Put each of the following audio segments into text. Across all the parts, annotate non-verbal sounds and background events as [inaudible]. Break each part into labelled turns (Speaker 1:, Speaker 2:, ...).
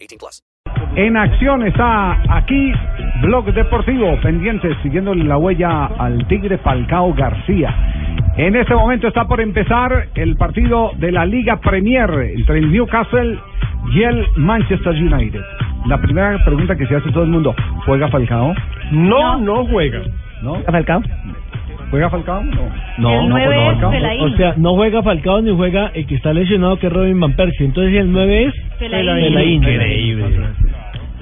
Speaker 1: 18 plus.
Speaker 2: En acción está aquí Blog Deportivo, pendientes, siguiendo la huella al Tigre Palcao García. En este momento está por empezar el partido de la Liga Premier entre el Newcastle y el Manchester United. La primera pregunta que se hace todo el mundo, ¿juega Falcao?
Speaker 3: No, no juega.
Speaker 2: ¿No? Falcao? ¿Juega Falcao? No.
Speaker 4: No, El no, nueve pues no, es Falcao. Fellaini.
Speaker 3: O sea, no juega Falcao ni juega el que está lesionado, que es Robin Van Persie. Entonces el 9 es
Speaker 4: Fellaini.
Speaker 3: Increíble.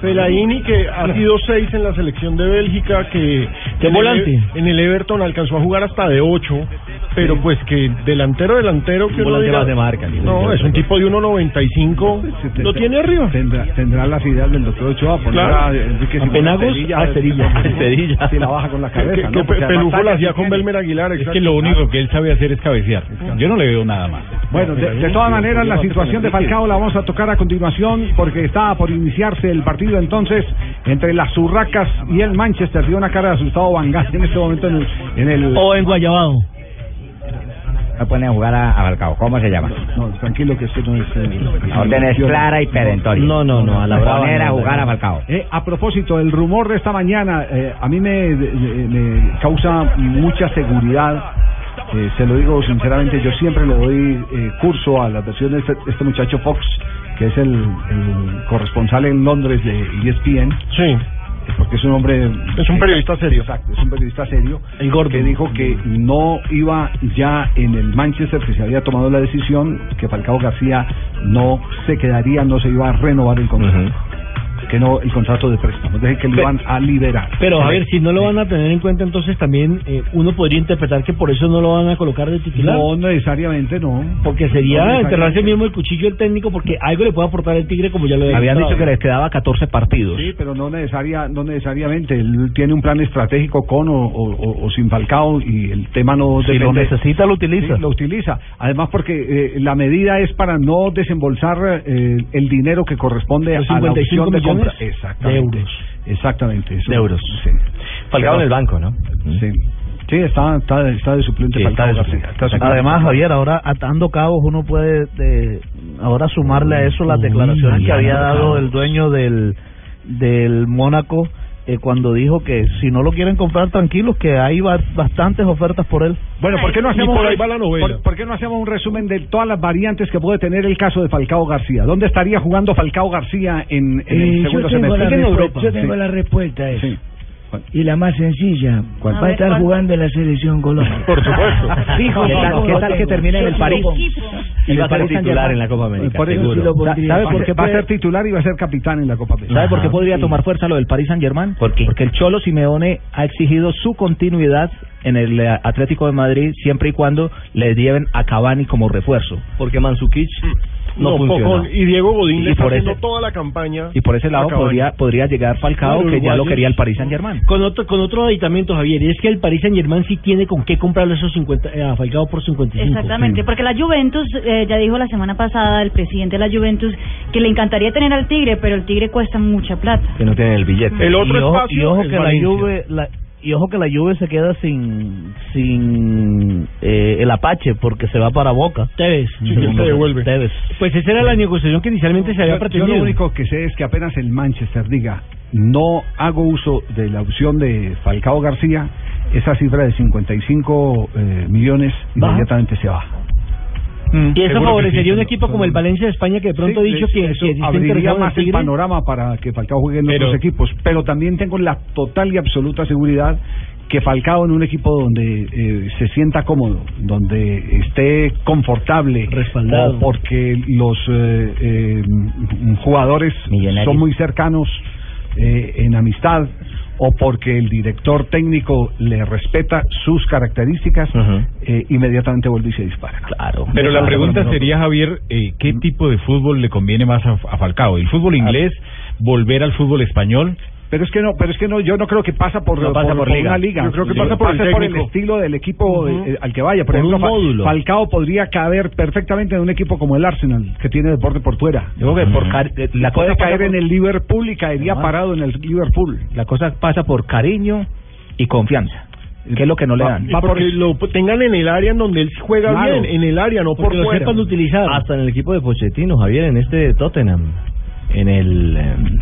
Speaker 3: Fellaini, que ha sido 6 en la selección de Bélgica, que
Speaker 5: Que
Speaker 3: en el
Speaker 5: volante.
Speaker 3: Ever- en el Everton alcanzó a jugar hasta de 8, pero pues que delantero, delantero, que uno
Speaker 5: volante
Speaker 3: diga-
Speaker 5: más de marca, ni
Speaker 3: No,
Speaker 5: delantero.
Speaker 3: es un tipo de 1.95. Lo tiene arriba.
Speaker 2: Tendrá, tendrá las ideas del doctor Ochoa, poner
Speaker 3: Claro.
Speaker 2: a
Speaker 5: eh,
Speaker 2: Enrique Simón
Speaker 3: Penagos, Ah,
Speaker 5: a
Speaker 2: [laughs]
Speaker 5: Cerilla. Cerilla.
Speaker 2: Si la baja con la
Speaker 3: Que,
Speaker 2: cabeza,
Speaker 3: que
Speaker 2: ¿no? Porque
Speaker 3: Pelufo
Speaker 2: además
Speaker 3: la hacía
Speaker 2: que
Speaker 3: con
Speaker 2: tiene-
Speaker 3: Belmer Aguilar.
Speaker 5: Es
Speaker 3: exacto.
Speaker 5: que lo único que él sabe hacer es cabecear. Yo no le veo nada más.
Speaker 2: Bueno, de, de todas maneras, la situación de Falcao la vamos a tocar a continuación porque está por iniciarse el partido entonces entre las Urracas y el Manchester. Dio una cara de asustado Van Gaal en este momento en el... En el-
Speaker 3: O en Guayabado.
Speaker 6: No pone a jugar a, a Balcao. ¿Cómo se llama?
Speaker 2: No, tranquilo que esto no es... eh,
Speaker 6: La orden es clara y perentoria.
Speaker 3: No, no, no, a la brava,
Speaker 6: Poner a
Speaker 3: no, no,
Speaker 6: jugar
Speaker 3: no.
Speaker 6: a Balcao.
Speaker 2: Eh, a propósito, el rumor de esta mañana eh, a mí me, de- de- me causa mucha seguridad. Eh, se lo digo sinceramente, yo siempre le doy eh, curso a las versiones de este, este muchacho Fox, que es el, el corresponsal en Londres de E ESPN.
Speaker 3: Sí,
Speaker 2: porque es un hombre
Speaker 3: es un periodista serio.
Speaker 2: exacto es un periodista serio
Speaker 3: El gordo.
Speaker 2: que dijo que no iba ya en el Manchester que se había tomado la decisión que Falcao García no se quedaría no se iba a renovar el contrato que no el contrato de préstamo desde que lo
Speaker 3: Pe-
Speaker 2: iban a liberar
Speaker 3: Pero a ver, si no lo van a tener en cuenta, entonces también eh, uno podría interpretar que por eso no lo van a colocar de titular.
Speaker 2: no necesariamente no
Speaker 3: porque
Speaker 2: No,
Speaker 3: sería
Speaker 2: no,
Speaker 3: enterrarse mismo el cuchillo el técnico porque algo le puede aportar el Tigre como ya lo he
Speaker 5: Habían
Speaker 3: demostrado.
Speaker 5: dicho que les quedaba 14 partidos.
Speaker 2: Sí, pero no necesaria, no necesariamente. Él tiene un plan estratégico con o, o- o- o sin Falcao y el tema no
Speaker 5: Si lo
Speaker 2: depende-
Speaker 5: necesita, lo
Speaker 2: Sí,
Speaker 5: utiliza.
Speaker 2: lo utiliza. Además, porque eh, la medida es para no desembolsar eh, el dinero que corresponde
Speaker 3: Los
Speaker 2: a la
Speaker 3: 55
Speaker 2: opción de
Speaker 3: millones
Speaker 2: compra. Exactamente.
Speaker 3: de euros.
Speaker 2: Exactamente. eso.
Speaker 5: De euros.
Speaker 2: Sí.
Speaker 5: Falcao en el banco, ¿no?
Speaker 2: Sí. Sí, está, está, está de suplente
Speaker 5: Sí,
Speaker 2: Falcao
Speaker 5: está de
Speaker 2: García,
Speaker 5: suplente.
Speaker 2: está de suplente.
Speaker 7: Además, Javier, ahora atando cabos uno puede eh, ahora sumarle a eso las declaraciones que había dado el dueño del del Mónaco eh, cuando dijo que si no lo quieren comprar tranquilos que hay ba- bastantes ofertas por él.
Speaker 2: Bueno, ¿por qué no
Speaker 3: Ay,
Speaker 2: hacemos
Speaker 3: ni por
Speaker 2: un-
Speaker 3: ahí va la novela.
Speaker 2: por- por qué no hacemos un resumen de todas las variantes que puede tener el caso de Falcao García? ¿Dónde estaría jugando Falcao García en, en el segundo semestre?
Speaker 3: la
Speaker 2: Sí, en
Speaker 3: respuesta-
Speaker 2: Europa.
Speaker 3: yo
Speaker 2: Sí.
Speaker 3: tengo la respuesta a eso.
Speaker 2: Sí.
Speaker 3: Y la más sencilla,
Speaker 2: ¿Cuál?
Speaker 3: va
Speaker 4: A
Speaker 3: a
Speaker 4: ver,
Speaker 3: estar
Speaker 4: ¿cuál?
Speaker 3: jugando en la selección Colombia.
Speaker 5: [laughs] Por supuesto.
Speaker 3: Fijo,
Speaker 5: ¿Qué
Speaker 3: no,
Speaker 5: tal-
Speaker 3: no,
Speaker 5: qué
Speaker 3: no
Speaker 5: tal que
Speaker 3: tengo.
Speaker 5: termina en
Speaker 3: Yo
Speaker 5: el
Speaker 3: sí
Speaker 5: París?
Speaker 3: lo pongo.
Speaker 5: Y va a ser
Speaker 3: París
Speaker 5: titular en la Copa América,
Speaker 2: Por eso sí
Speaker 5: seguro.
Speaker 2: lo
Speaker 3: pondría.
Speaker 5: Sa-
Speaker 2: Va
Speaker 5: ¿Sabe
Speaker 2: a
Speaker 5: por
Speaker 2: ser-
Speaker 5: qué
Speaker 2: va a
Speaker 5: puede-
Speaker 2: ser titular y va a ser capitán en la Copa América.
Speaker 5: ¿Sabe por qué
Speaker 2: Ajá.
Speaker 5: podría tomar fuerza lo del Paris Saint Germain? Porque el Cholo Simeone ha exigido su continuidad en el eh, Atlético de Madrid siempre y cuando le lleven a Cavani como refuerzo. Porque Mansukic
Speaker 3: Mm. No,
Speaker 5: no, funcionó.
Speaker 3: poco- y Diego Godín
Speaker 5: Y
Speaker 3: le está
Speaker 5: por
Speaker 3: haciendo
Speaker 5: ese-
Speaker 3: toda la campaña.
Speaker 5: Y por ese lado
Speaker 3: Cavani.
Speaker 5: podría, podría llegar Falcao,
Speaker 3: Claro,
Speaker 5: que ya lo
Speaker 3: uruguayos.
Speaker 5: quería el Paris Saint Germain.
Speaker 3: Con otro, con otro aditamento, Javier, y es que el Paris Saint Germain sí tiene con qué comprarle esos 50, eh, a Falcao por 55.
Speaker 4: Exactamente, porque la Juventus, eh, ya dijo la semana pasada el presidente de la Juventus que le encantaría tener al Tigre, pero el Tigre cuesta mucha plata.
Speaker 5: Que no tiene el billete.
Speaker 3: El
Speaker 7: y ojo, y ojo que la Juve la- y ojo que la Juve se queda sin sin eh, el Apache porque se va para Boca.
Speaker 3: Tevez.
Speaker 7: Segundo, Tevez.
Speaker 3: Pues esa era la negociación que inicialmente se había
Speaker 2: Yo, yo
Speaker 3: pretendido.
Speaker 2: lo único que sé es que apenas el Manchester diga no hago uso de la opción de Falcao García, esa cifra de 55 eh, millones
Speaker 3: Baja.
Speaker 2: inmediatamente se baja.
Speaker 3: y eso
Speaker 2: Seguro que sí,
Speaker 3: favorecería un
Speaker 2: seguro,
Speaker 3: equipo como
Speaker 2: seguro.
Speaker 3: el Valencia de España que de pronto
Speaker 2: Sí,
Speaker 3: ha dicho
Speaker 2: sí,
Speaker 3: que,
Speaker 2: eso
Speaker 3: que está
Speaker 2: abriría
Speaker 3: interesado en
Speaker 2: más el
Speaker 3: Tigre.
Speaker 2: panorama para que Falcao juegue en
Speaker 5: Pero-
Speaker 2: otros equipos, pero también tengo la total y absoluta seguridad que Falcao en un equipo donde eh, se sienta cómodo, donde esté confortable,
Speaker 3: Respaldado.
Speaker 2: o porque los eh, eh, jugadores
Speaker 6: Millonarios.
Speaker 2: son muy cercanos eh, en amistad o porque el director técnico le respeta sus características,
Speaker 5: Ujú.
Speaker 2: eh, inmediatamente vuelve y se dispara.
Speaker 5: Claro.
Speaker 8: Pero la pregunta sería, Javier, eh, ¿qué tipo de fútbol le conviene más a, a Falcao? ¿El
Speaker 6: Ah.
Speaker 8: fútbol inglés? ¿Volver al fútbol español?
Speaker 2: Pero es que no, pero es que no, yo no creo que pasa por,
Speaker 5: No pasa por liga.
Speaker 2: una liga.
Speaker 8: Yo creo que
Speaker 2: Yo
Speaker 8: pasa por el técnico.
Speaker 2: estilo del equipo eh, al que vaya. Por,
Speaker 5: Por
Speaker 2: ejemplo,
Speaker 5: un
Speaker 2: Fa-
Speaker 5: módulo.
Speaker 2: Falcao podría caber perfectamente en un equipo como el Arsenal, que tiene deporte por fuera.
Speaker 5: Yo creo que por car- eh, la cosa
Speaker 2: Puede
Speaker 5: pasa
Speaker 2: caer
Speaker 5: por-
Speaker 2: en el Liverpool y caería
Speaker 5: Ah.
Speaker 2: parado en el Liverpool.
Speaker 5: La cosa pasa por cariño y confianza, que es lo que no le
Speaker 2: Va-
Speaker 5: dan.
Speaker 2: va por
Speaker 9: porque lo tengan en el área en donde él juega
Speaker 2: Claro.
Speaker 9: bien, en el área, no por
Speaker 3: Porque lo
Speaker 9: fuera. Ah,
Speaker 3: sepan utilizar.
Speaker 5: Hasta en el equipo de Pochettino, Javier, en este de Tottenham, en el... em,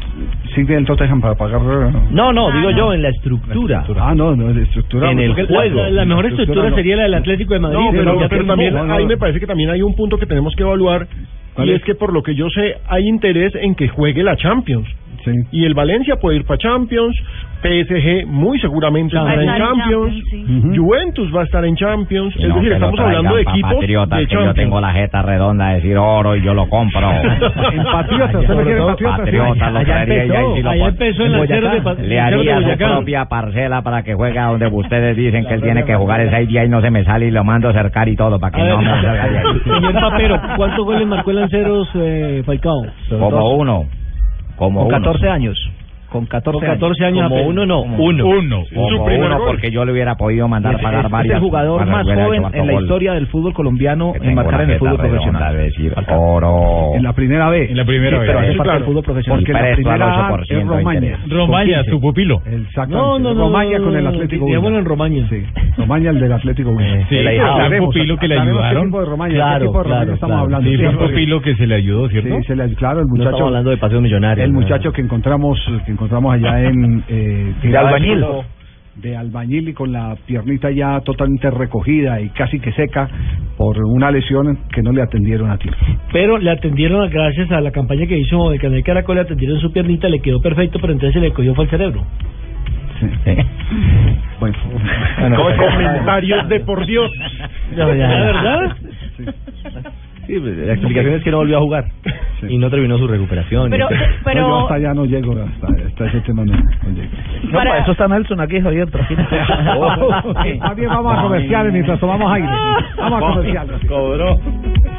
Speaker 2: Sí, del Tottenham para pagar. eh,
Speaker 5: No, no,
Speaker 4: Ah, digo no. yo,
Speaker 5: en la estructura.
Speaker 2: Ah, no, no, de estructura.
Speaker 5: En el
Speaker 2: Porque-
Speaker 5: juego.
Speaker 3: La, la mejor estructura
Speaker 2: no.
Speaker 3: sería la del Atlético de Madrid.
Speaker 9: No, pero, pero
Speaker 3: ya tiene-
Speaker 9: también
Speaker 2: no, no,
Speaker 9: ahí
Speaker 2: no.
Speaker 9: me parece que también hay un punto que tenemos que evaluar
Speaker 2: ¿Cuál
Speaker 9: y
Speaker 2: es?
Speaker 9: es que por lo que yo sé hay interés en que juegue la Champions
Speaker 2: Sí.
Speaker 9: y el Valencia puede ir para Champions, PSG muy seguramente
Speaker 3: Claro.
Speaker 9: estará en
Speaker 4: Estar en
Speaker 9: Champions,
Speaker 4: Champions, sí.
Speaker 2: Ujú.
Speaker 9: Juventus va a estar en Champions,
Speaker 6: Y
Speaker 9: es
Speaker 6: no
Speaker 9: decir
Speaker 6: que lo
Speaker 9: estamos hablando de
Speaker 6: traigan pa'
Speaker 9: equipos
Speaker 6: patriotas,
Speaker 9: de
Speaker 6: que yo tengo
Speaker 9: Champions.
Speaker 6: la jeta redonda de decir oro y yo lo compro.
Speaker 2: Patriotas, ¿usted
Speaker 6: Sobre
Speaker 2: quiere
Speaker 6: todo
Speaker 2: patriotas?
Speaker 6: patriotas, lo
Speaker 3: Allá
Speaker 6: traería
Speaker 3: empezó,
Speaker 6: yo y sí lo
Speaker 3: allá
Speaker 6: pon-
Speaker 3: empezó el
Speaker 6: en
Speaker 3: lancero de
Speaker 6: Boyacá.
Speaker 3: pa-
Speaker 6: Le
Speaker 3: lancero de
Speaker 6: haría su
Speaker 3: Boyacá.
Speaker 6: propia parcela para que juegue a donde ustedes dicen que él tiene que jugar ese día y no se me sale y lo mando a cercar y todo para que
Speaker 3: A ver,
Speaker 6: no me salga de
Speaker 5: [laughs]
Speaker 3: Señor Papero,
Speaker 6: ahí.
Speaker 3: ¿cuántos goles marcó el Lanceros eh, Falcao?
Speaker 6: Como uno. Como
Speaker 5: Con
Speaker 6: uno.
Speaker 5: 14 años. Con 14,
Speaker 3: Con 14 años
Speaker 5: Como
Speaker 3: apenas.
Speaker 5: uno no, uno.
Speaker 8: Uno.
Speaker 6: Como uno porque yo le hubiera podido mandar
Speaker 5: Es-
Speaker 6: pagar
Speaker 5: es-
Speaker 6: varias.
Speaker 5: es el jugador
Speaker 6: cuando
Speaker 5: más
Speaker 6: hubiera
Speaker 5: joven
Speaker 6: hecho
Speaker 5: en la
Speaker 6: gol.
Speaker 5: historia del fútbol colombiano
Speaker 6: Que
Speaker 5: en
Speaker 6: tengo
Speaker 5: marcar
Speaker 6: una
Speaker 5: en el
Speaker 6: jeta
Speaker 5: fútbol
Speaker 6: redonda
Speaker 5: profesional.
Speaker 6: de decir
Speaker 5: Falcao.
Speaker 6: oro.
Speaker 2: En la primera vez.
Speaker 8: En la primera
Speaker 5: Sí, pero
Speaker 8: vez.
Speaker 5: hace parte del fútbol profesional.
Speaker 2: Porque la
Speaker 6: Para esto al
Speaker 2: primera
Speaker 6: 8%
Speaker 2: es
Speaker 6: de
Speaker 2: Romaña.
Speaker 6: interés.
Speaker 8: Romaña, su
Speaker 9: Eh,
Speaker 8: pupilo.
Speaker 2: Exacto.
Speaker 3: No, no, no,
Speaker 2: Romaña
Speaker 3: no,
Speaker 2: con
Speaker 3: no,
Speaker 2: el
Speaker 3: no,
Speaker 2: Atlético.
Speaker 3: digámoslo
Speaker 2: Buga.
Speaker 3: en Romaña.
Speaker 2: Sí. Romaña el del Atlético. Buga.
Speaker 8: [laughs] Sí, el ahijado. Fue un pupilo que le
Speaker 2: Sabemos
Speaker 8: ayudaron.
Speaker 2: ¿Qué tipo de Romaña?
Speaker 5: Claro,
Speaker 2: ¿Qué tipo de Romaña
Speaker 5: claro,
Speaker 2: estamos
Speaker 5: claro.
Speaker 2: hablando?
Speaker 8: Sí, fue un
Speaker 2: porque-
Speaker 8: pupilo que se le ayudó, ¿cierto?
Speaker 2: Sí, se le- claro, el muchacho.
Speaker 5: de Paseo Millonario.
Speaker 2: el muchacho que encontramos que encontramos allá en eh,
Speaker 5: De albañil.
Speaker 2: de albañil y con la piernita ya totalmente recogida y casi que seca por una lesión que no le atendieron a tiempo.
Speaker 3: Pero le atendieron, gracias a la campaña que hizo el Canal Caracol, le atendieron su piernita, le quedó perfecto, pero entonces se le cogió fue el cerebro.
Speaker 2: Sí. Bueno.
Speaker 3: é
Speaker 9: Con comentarios de por Dios.
Speaker 3: ¿La verdad?
Speaker 5: Sí, pues,
Speaker 6: É
Speaker 5: la explicación es que no volvió a jugar
Speaker 2: Sí.
Speaker 5: y no terminó su recuperación.
Speaker 4: Pero,
Speaker 5: Y-
Speaker 4: pero
Speaker 2: No, yo hasta allá no llego, hasta, hasta ese tema no, no llego.
Speaker 7: No, para eso está Nelson aquí, Javier,
Speaker 3: [laughs]
Speaker 5: [laughs]
Speaker 7: tranquilo.
Speaker 2: Más bien vamos a comerciales mientras tomamos aire. Vamos a comerciales.
Speaker 5: Cobró.